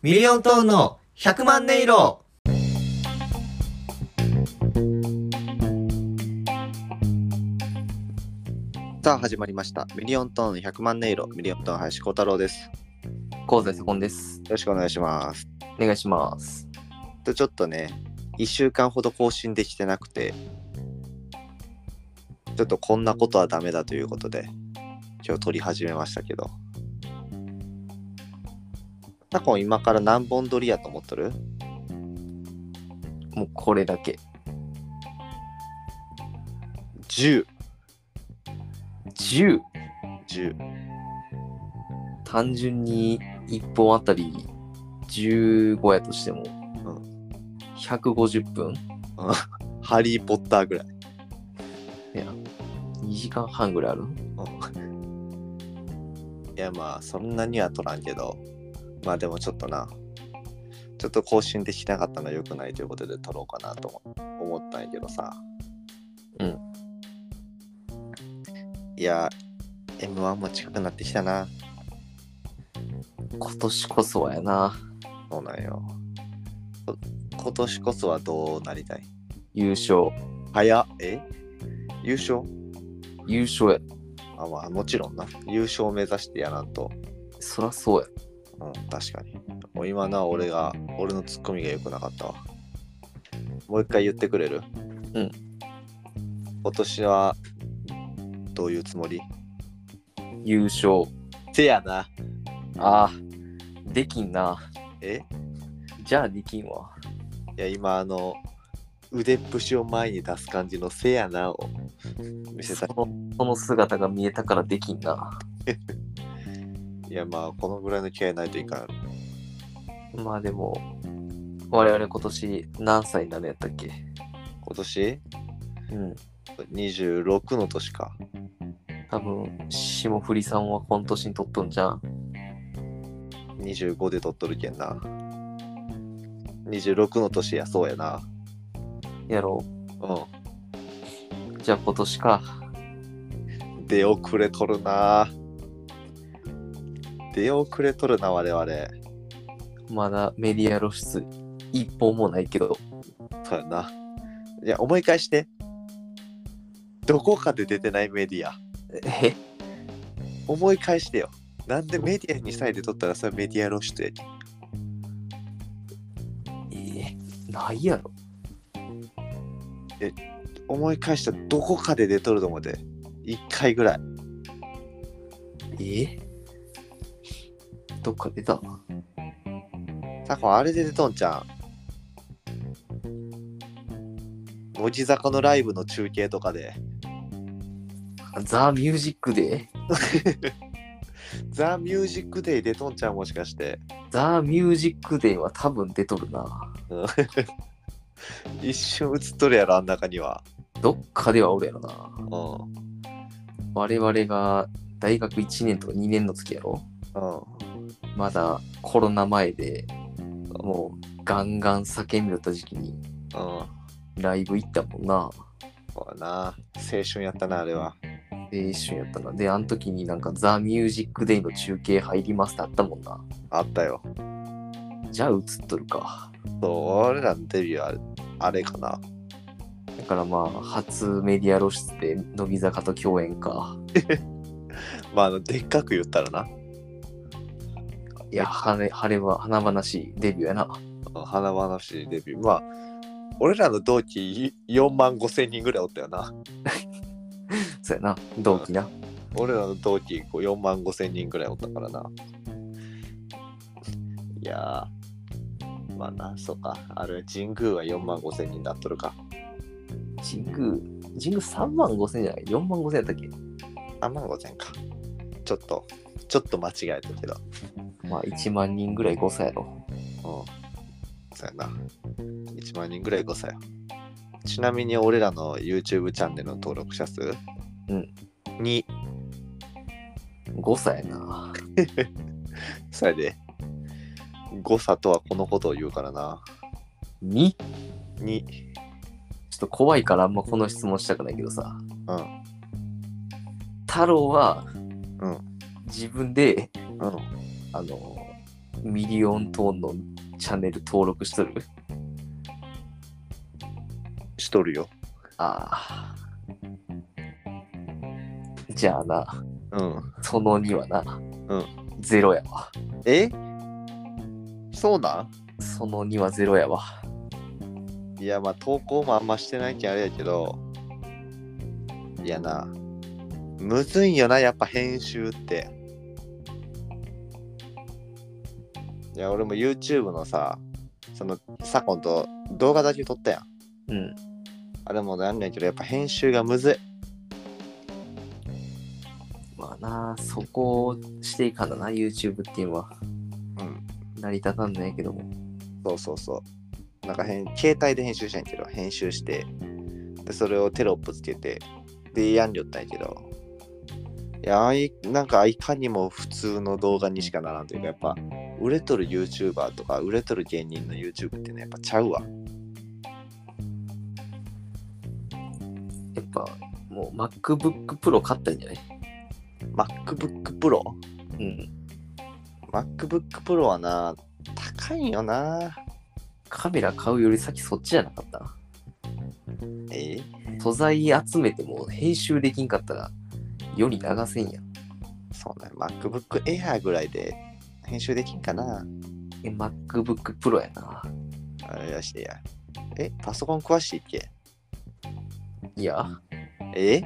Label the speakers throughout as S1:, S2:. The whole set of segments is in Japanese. S1: ミリオントーンの100万音色さあ始まりましたミリオントーンの100万音色ミリオントーン林光太郎ですよ
S2: 香西コンです。
S1: ろしくお願いします
S2: お願いします。
S1: とちょっとね1週間ほど更新できてなくてちょっとこんなことはダメだということで今日撮り始めましたけどタコン今から何本撮りやと思っとる
S2: もうこれだけ。
S1: 1010
S2: 10! 単純に1本あたり15やとしても、150分
S1: ハリー・ポッターぐらい
S2: ?2 時間半ぐらいある
S1: いやまあそんなには撮らんけどまあでもちょっとなちょっと更新できなかったのは良くないということで撮ろうかなと思思ったんやけどさ
S2: うん
S1: いや M1 も近くなってきたな
S2: 今年こそはやな。
S1: そうなんよこ今年こそはどうなりたい
S2: 優勝。
S1: 早っえ優勝
S2: 優勝や。
S1: あまあもちろんな優勝を目指してやらんと
S2: そらそうや。
S1: うん、確かに。もう今な、俺が、俺のツッコミが良くなかったわ。もう一回言ってくれる
S2: うん。
S1: 今年は、どういうつもり
S2: 優勝。
S1: せやな。
S2: ああ、できんな。
S1: え
S2: じゃあできんわ。
S1: いや、今、あの、腕っぷしを前に出す感じのせやなを見せ
S2: そ
S1: たい。
S2: のその姿が見えたからできんな。
S1: いや、まあ、このぐらいの気合いないといかん。
S2: まあでも、我々今年何歳になるんやったっけ
S1: 今年、
S2: うん。
S1: 26の年か。
S2: 多分霜降りさんは今年にとっとんじゃん
S1: 25で取っとるけんな。26の年や、そうやな。
S2: やろ
S1: うん。
S2: うじゃあ今年か
S1: 出遅れとるな出遅れとるな我々
S2: まだメディア露出一本もないけど
S1: そうやないや思い返してどこかで出てないメディア
S2: え
S1: 思い返してよなんでメディアにさえ出とったらそれメディア露出やけん
S2: えないやろ
S1: 思い返したらどこかで出とると思うで1回ぐらい
S2: えどっか出た
S1: タコあれで出とんちゃん乃木坂のライブの中継とかで
S2: ザ・ミュージックデー
S1: ザ・ミュージックデイ出とんちゃんもしかして
S2: ザ・ミュージックデーは多分出とるな
S1: 一瞬映っとるやろあん中には
S2: どっかではおるやろな
S1: うん
S2: 我々が大学1年とか2年の時やろ
S1: う
S2: まだコロナ前でもうガンガン叫んでた時期に
S1: ん、うん、
S2: ライブ行ったもんな
S1: そうだな青春やったなあれは
S2: で一緒やったな。で、あの時になんかザ・ミュージックデイの中継入りますってあったもんな。
S1: あったよ
S2: じゃあ映っとるか。
S1: そう俺らのデビューはあれあれかな
S2: だからまあ、初メディア露出で乃木坂と共演か。
S1: まああのでっかく言ったらない
S2: や、晴れ、晴れは華々しいデビューやな。
S1: うん華々しいデビューまあ俺らの同期4万5千人ぐらいおったよな
S2: そうやな。同期な。
S1: 俺らの同期こう4万5千人ぐらいおったからないやーまあなそうかあれ神宮は4万5千人なっとるか
S2: 神宮、神宮3万5千じゃない ?4 万5千やったっけ
S1: 3万5千かちょっとちょっと間違えたけど
S2: まあ、1万人ぐらい誤差やろ。
S1: うん。そうやな。1万人ぐらい誤差よ。ちなみに俺らの YouTube チャンネルの登録者数
S2: うん。
S1: 2。
S2: 誤差やな。
S1: それで。誤差とはこのことを言うからな。
S2: 2? ちょ
S1: 2。
S2: っと怖いからあんまこの質問したくないけどさ。
S1: うん。
S2: 太郎は、
S1: うん
S2: 自分で、
S1: うん。
S2: あの、ミリオントーンのチャンネル登録しとる。
S1: しとるよ。
S2: ああ。じゃあな、
S1: うん。
S2: その2はな、
S1: うん
S2: ゼロやわ。
S1: えそうなん
S2: その2はゼロやわ。
S1: いや、まあ、投稿もあんましてないけんあれやけど、いやな、むずいんよな、やっぱ編集って。いや、俺も YouTube のさ、その、左近と動画だけ撮ったやん。
S2: うん。
S1: あれもなんねんけど、やっぱ編集がむずい。
S2: まあな、そこをしていかんだな、YouTube っていうのは。
S1: うん。
S2: 成り立たんないけども。
S1: そうそうそう。なんか変、携帯で編集したんやけど、編集して、で、それをテロップつけて、で、やんりょったんやけど、いや、あい、なんか、いかにも普通の動画にしかならんというか、やっぱ、売れとる YouTuber とか、売れとる芸人の YouTube ってね、やっぱちゃうわ。
S2: やっぱ、もう MacBook Pro 買ったんじゃない
S1: MacBook Pro?MacBook
S2: うん。
S1: Pro はな、高いんよな。
S2: カメラ買うより先そっちじゃなかった
S1: え
S2: 素材集めても編集できんかったら世に流せんやん。
S1: そうね、MacBook Air ぐらいで編集できんかな。
S2: え、MacBook Pro やな。
S1: あれやしてや。え、パソコン詳しいっけ
S2: いや、
S1: え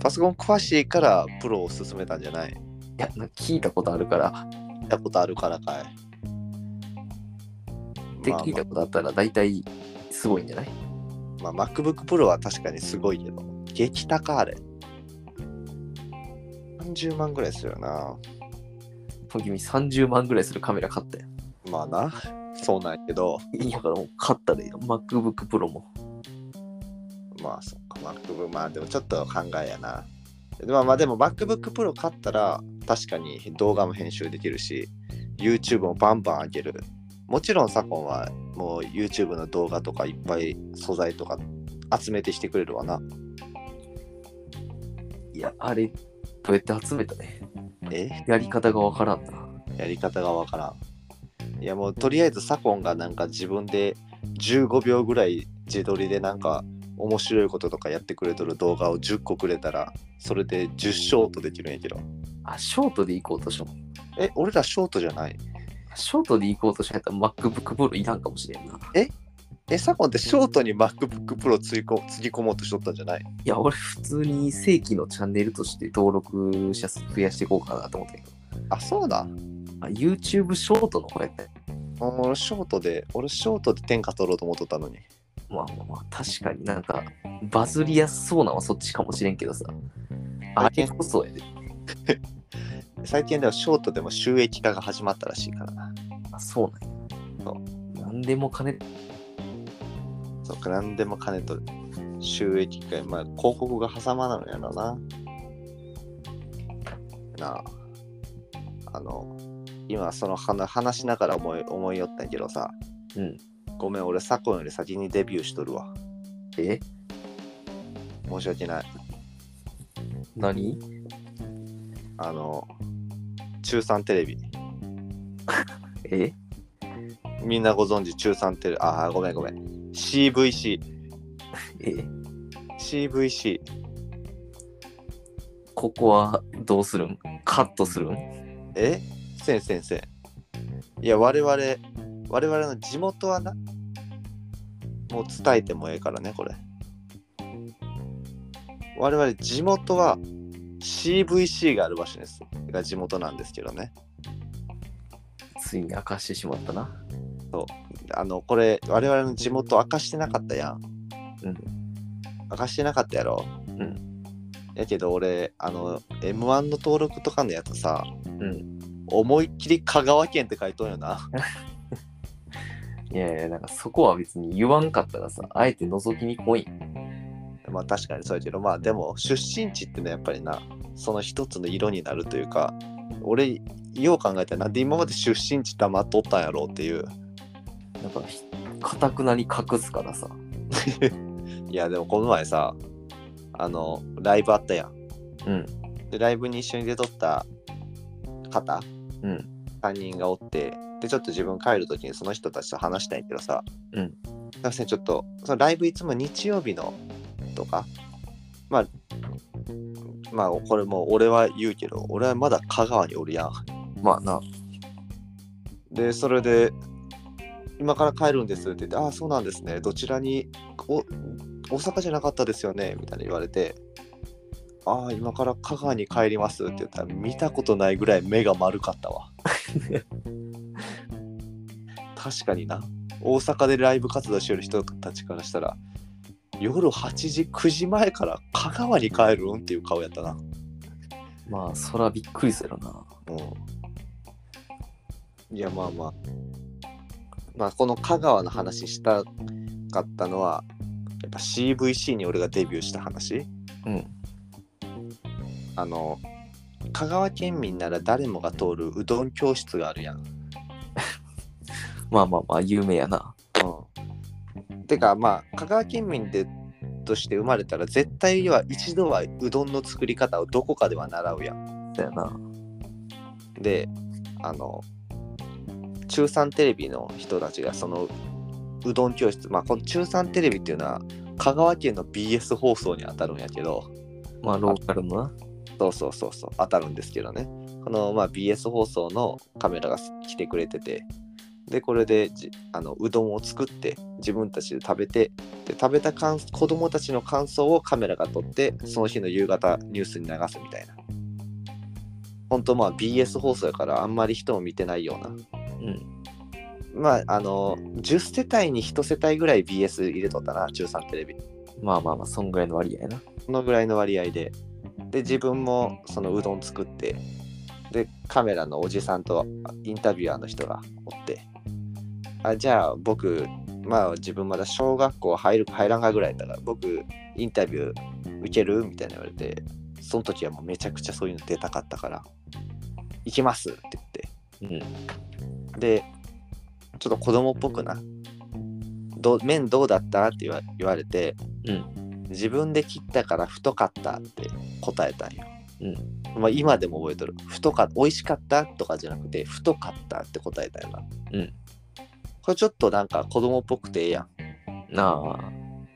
S1: パソコン詳しいからプロを勧めたんじゃない
S2: いや、なんか聞いたことあるから、
S1: 見たことあるからかい。
S2: で
S1: まあ
S2: 聞いたことあったら大体すごいんじゃない
S1: まあ、まあ MacBook Pro は確かにすごいけど、激高あれ。30万ぐらいするよな。
S2: ほん君30万ぐらいするカメラ買ったやん。
S1: まあな、そうなんやけど、
S2: いやからもう買ったで、MacBook Pro も。
S1: まあそっか、MacBook、まあでもちょっと考えやな。まあまあでも MacBook Pro 買ったら確かに動画も編集できるし、YouTube もバンバン上げる。もちろんサコンはもう YouTube の動画とかいっぱい素材とか集めてしてくれるわな。
S2: いや、あれ、どうやって集めたね。
S1: え
S2: やり方がわからんな。
S1: やり方がわからん。いやもうとりあえずサコンがなんか自分で15秒ぐらい自撮りでなんか面白いこととかやってくれとる動画を10個くれたらそれで10ショートできるんやけど。
S2: あ、ショートで行こうとしたもん。
S1: え、俺らショートじゃない
S2: ショートで行こうとしたんやったら MacBook Pro いらんかもしれんな。
S1: え、サコンってショートに MacBook Pro つぎこつぎ込もうとしとったんじゃない
S2: いや、俺普通に正規のチャンネルとして登録者数増やしていこうかなと思ったけど。
S1: あ、そうだ。
S2: あ、YouTube ショートの方やったよ
S1: 俺ショートで、俺ショートで天下取ろうと思っとったのに。
S2: まあまあまあ、確かになんか、バズりやすそうなのはそっちかもしれんけどさ。あれこそやで。
S1: 最近ではショートでも収益化が始まったらしいからな。
S2: あ、そうなんや。なんでも金、
S1: そっか、なんでも金取る。収益化、まあ、広告が挟まなのやろな。なあ。あの、今その話話しながら思い思いよったんやけどさ、
S2: うん。
S1: ごめん、俺サコンより先にデビューしとるわ。
S2: え
S1: 申し訳ない。
S2: 何
S1: あの、中3テレビ。
S2: え
S1: みんなご存知、中3テレビ。ああ、ごめんごめん。CVC。
S2: え
S1: CVC。
S2: ここはどうするんカットするん
S1: えせんせんせん。いや、我々、我々の地元はな、もう伝えてもええからね、これ。我々、地元は CVC がある場所です。が地元なんですけどね。
S2: ついに明かしてしまったな。
S1: あの、これ、我々の地元明かしてなかったやん。
S2: うん。
S1: 明かしてなかったやろ。
S2: ん
S1: やけど俺、あの、M1 の登録とかのやつさ、
S2: うん。
S1: 思いっきり香川県って書いとんよな。
S2: いやいや、なんかそこは別に言わんかったらさ、あえて覗きに来いん。
S1: まあ確かにそうやけど、まあでも出身地ってね、やっぱりな、その一つの色になるというか、俺、よう考えたらなんで今まで出身地黙っとったんやろうっていう。
S2: なんかひ、かたくなに隠すからさ。
S1: いや、でもこの前さ、あの、ライブあったやん。
S2: うん。
S1: で、ライブに一緒に出とった方
S2: うん。
S1: 3人がおってでちょっと自分帰る時にその人たちと話したいけどさ、
S2: うん、
S1: だからねちょっとそのライブいつも日曜日のとかまあまあこれもう俺は言うけど俺はまだ香川におるやん
S2: まあな。
S1: でそれで「今から帰るんです」って言って「ああそうなんですねどちらにお大阪じゃなかったですよね」みたいな言われて「ああ今から香川に帰ります」って言ったら見たことないぐらい目が丸かったわ確かにな大阪でライブ活動してる人たちからしたら夜8時9時前から香川に帰るんっていう顔やったな
S2: まあ、そらびっくりするよな。
S1: うん。いや、まあまあ。まあ、この香川の話したかったのは、やっぱ CVC に俺がデビューした話。
S2: うん。
S1: あの、香川県民なら誰もが通るうどん教室があるやん。
S2: まあまあまあ、有名やな。
S1: うん。てか、まあ、香川県民でとして生まれたら、絶対には一度はうどんの作り方をどこかでは習うやん。
S2: だよな。
S1: であの中3テレビの人たちがそのうどん教室まあこの中3テレビっていうのは香川県の BS 放送に当たるんやけど
S2: まあ、ローカルのな。
S1: そうそうそうそう当たるんですけどねこの、まあ、BS 放送のカメラが来てくれててでこれでじあのうどんを作って自分たちで食べてで食べた感子供たちの感想をカメラが撮ってその日の夕方ニュースに流すみたいな本当まあ BS 放送やからあんまり人も見てないような
S2: うん。
S1: まああの10世帯に1世帯ぐらい BS 入れとったな中3テレビ
S2: まあまあまあ、そんぐらいの割合やな。
S1: そのぐらいの割合でで自分もそのうどん作ってでカメラのおじさんとインタビュアーの人がおってあじゃあ僕まあ自分まだ小学校入るか入らんかぐらいだから僕インタビュー受けるみたいな言われてその時はもうめちゃくちゃそういうの出たかったから行きますって言って
S2: うん。
S1: でちょっと子供っぽくなどう麺どうだったって言わ言われて、
S2: うん
S1: 自分で切ったから太かったって答えたんよ、まあ、今でも覚えとる太か美味しかったとかじゃなくて太かったって答えたよな、
S2: うん
S1: これちょっとなんか子供っぽくてええや
S2: なあ。
S1: ん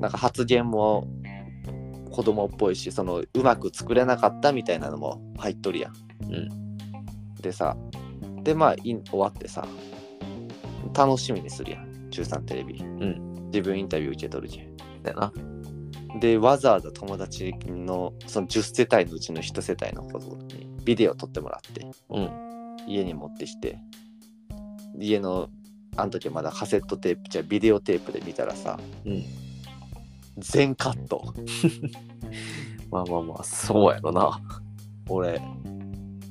S1: なんか発言も子供っぽいしそのうまく作れなかったみたいなのも入っとるやん
S2: うん。
S1: でさでまあイン終わってさ楽しみにするやん中3テレビ、
S2: ん
S1: 自分インタビュー受け取るけん
S2: だよな。
S1: でわざわざ友達のその10世帯のうちの1世帯の子にビデオ撮ってもらって
S2: うん。
S1: 家に持ってきて家のあの時まだカセットテープじゃビデオテープで見たらさ
S2: うん。
S1: 全カット
S2: まあまあまあ、そうやろな。
S1: 俺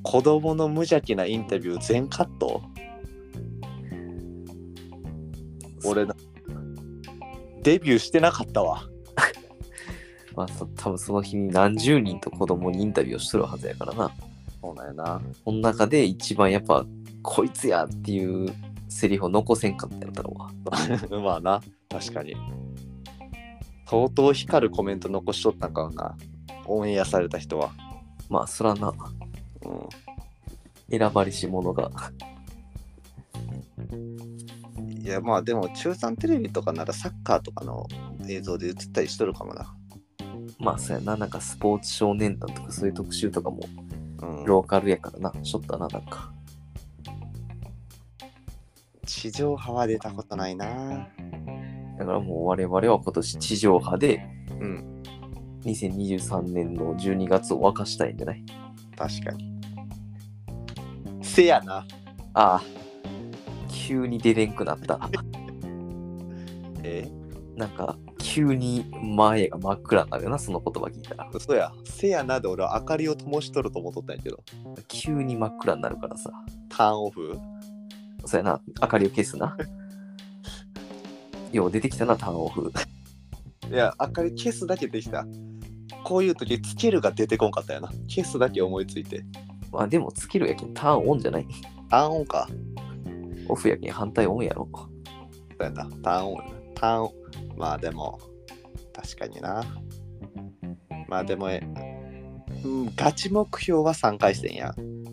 S1: 子供の無邪気なインタビュー全カット俺なデビューしてなかったわ
S2: まあ、そ多分その日に何十人と子供にインタビューをしとるはずやからな。
S1: そうなんやな
S2: この中で一番やっぱ、こいつやっていうセリフを残せんかったやったろうわ。
S1: まあな確かに相当光るコメント残しとったんかもなオンエアされた人は
S2: まあ、そらな、
S1: う
S2: 選ばれし者が。
S1: んいやまあでも中3テレビとかならサッカーとかの映像で映ったりしとるかもな
S2: まあ、そうやな、なんかスポーツ少年団とかそういう特集とかも
S1: うん
S2: ローカルやからな、しょったな、なんか。
S1: 地上波は出たことないな
S2: だからもう我々は今年地上波で
S1: うん
S2: 2023年の12月を沸かしたいんじゃない
S1: 確かにせやな
S2: ああ、急に出れんく なった。
S1: え
S2: なんか、急に前が真っ暗になるよな、その言葉聞いたら。
S1: 嘘やせやなで俺は明かりを灯しとると思っとったんやけど
S2: 急に真っ暗になるからさ。
S1: ターンオフ
S2: そうやな、明かりを消すな。 よう出てきたな、ターンオフ。
S1: いや明かり消すだけできたこういう時つけるが出てこんかったよな消すだけ思いついて
S2: まあでも、つけるやけん、ターンオンじゃない。
S1: ターンオンか
S2: オフやけん、反対オンやろ。
S1: そうやなターンオンやなターンオンまあでも確かになまあでもえ、うん、ガチ目標は3回戦や
S2: うん、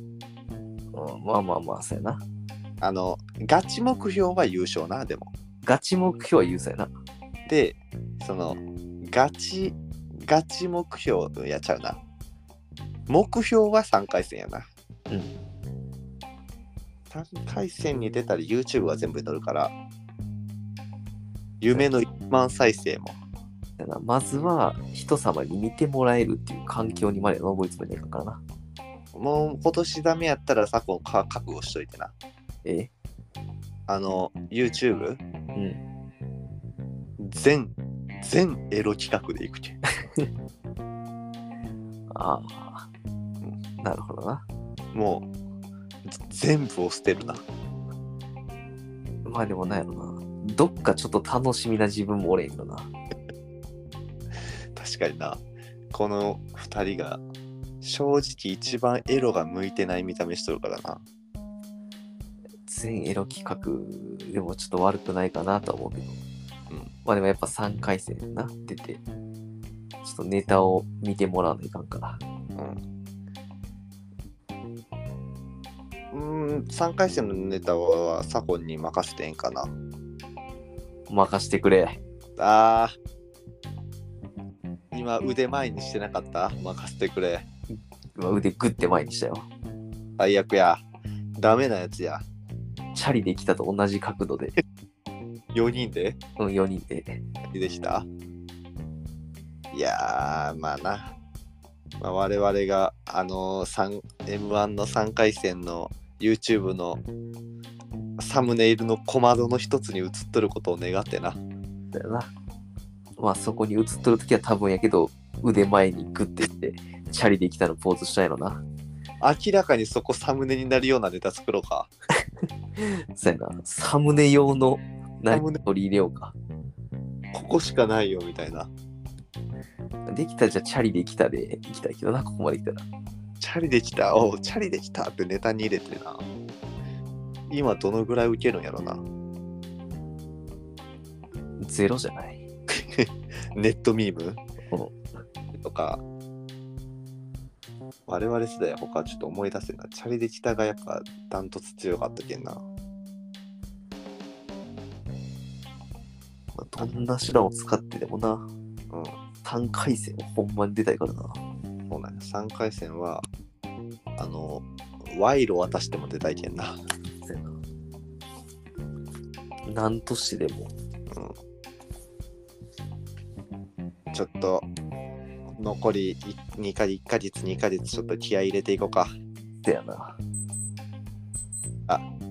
S2: まあまあまあ、そうやな。
S1: あの、ガチ目標は優勝な、でも。
S2: ガチ目標は優先やな。
S1: で、その、ガチ、ガチ目標やっちゃうな。目標は3回戦やな。
S2: うん。
S1: 3回戦に出たら YouTube は全部に載るから、夢の1万再生も。
S2: だなまずは人様に見てもらえるっていう環境にまで上り詰めていくからな。
S1: もう今年ダメやったらさ、こうか覚悟しといてな。
S2: ええ
S1: あの、YouTube、
S2: うん。
S1: 全、全エロ企画でいくけ。
S2: ああ。なるほどな。
S1: もう、ぜ全部を捨てるな。
S2: まあでもなんやろな。どっかちょっと楽しみな自分もおれんけどな。
S1: 確かになこの2人が正直一番エロが向いてない見た目しとるからな
S2: 全エロ企画でもちょっと悪くないかなとは思うけど。
S1: うん
S2: まあでもやっぱ3回戦な、出て。ちょっとネタを見てもらわないかんから。
S1: うんうーん3回戦のネタは左近に任せてええんかな
S2: 任してくれ。
S1: あー今腕前にしてなかった任せてくれ
S2: 今腕グッて前にしたよ。
S1: 最悪やダメなやつや
S2: チャリで来たと同じ角度で、
S1: 4人で
S2: うん、4人で。
S1: できたいやーまあな、まあ、我々があの M1 の3回戦の YouTube のサムネイルの小窓の一つに映っとることを願ってな
S2: だよな。まあそこに映っとるときは多分やけど、腕前にグッてして、チャリで来たのポーズしたいのな。
S1: 明らかにそこサムネになるようなネタ作ろうか
S2: そうやな。サムネ用の何
S1: サムネ
S2: 取り入れようか。
S1: ここしかないよみたいな
S2: できたじゃチャリで来たで行きたいけどな、ここまで来たら。
S1: チャリできたおうチャリできたってネタに入れてな今どのぐらいウケるんやろな
S2: ゼロじゃない。
S1: ネットミーム
S2: お
S1: とか、我々世代は他ちょっと思い出せんな。チャリで北がやっぱダントツ強かったけんな。
S2: まあどんな手段を使ってでもな、
S1: うん。
S2: 3回戦はほんまに出たいからな。
S1: そうなんや。3回戦は、あの、賄賂渡しても出たいけんな。
S2: そうやな。なんとしてでも。
S1: ちょっと、残り2か1ヶ月、2ヶ月、ちょっと気合い入れていこうか。
S2: だよな。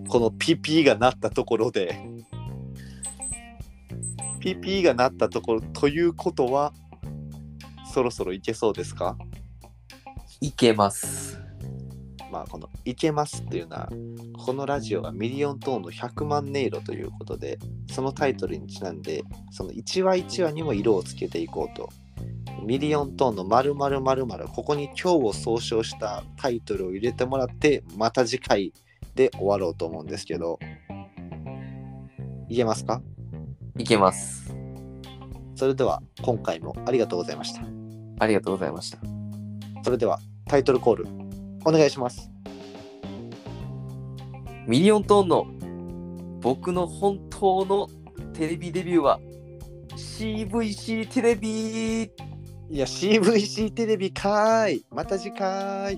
S1: このピピーが鳴ったところで、ピピーが鳴ったところ、ということは、そろそろいけそうですか
S2: いけます。
S1: まあ、この「いけます」っていうのはこのラジオがミリオントーンの100万音色ということでそのタイトルにちなんでその1話1話にも色をつけていこうとミリオントーンの〇〇〇〇ここに今日を総称したタイトルを入れてもらってまた次回で終わろうと思うんですけどいけますか
S2: いけます。
S1: それでは今回もありがとうございました
S2: ありがとうございました。
S1: それではタイトルコールお願いします
S2: ミリオントーンの僕の本当のテレビデビューは CVC テレビ
S1: いや CVC テレビかーいまた次回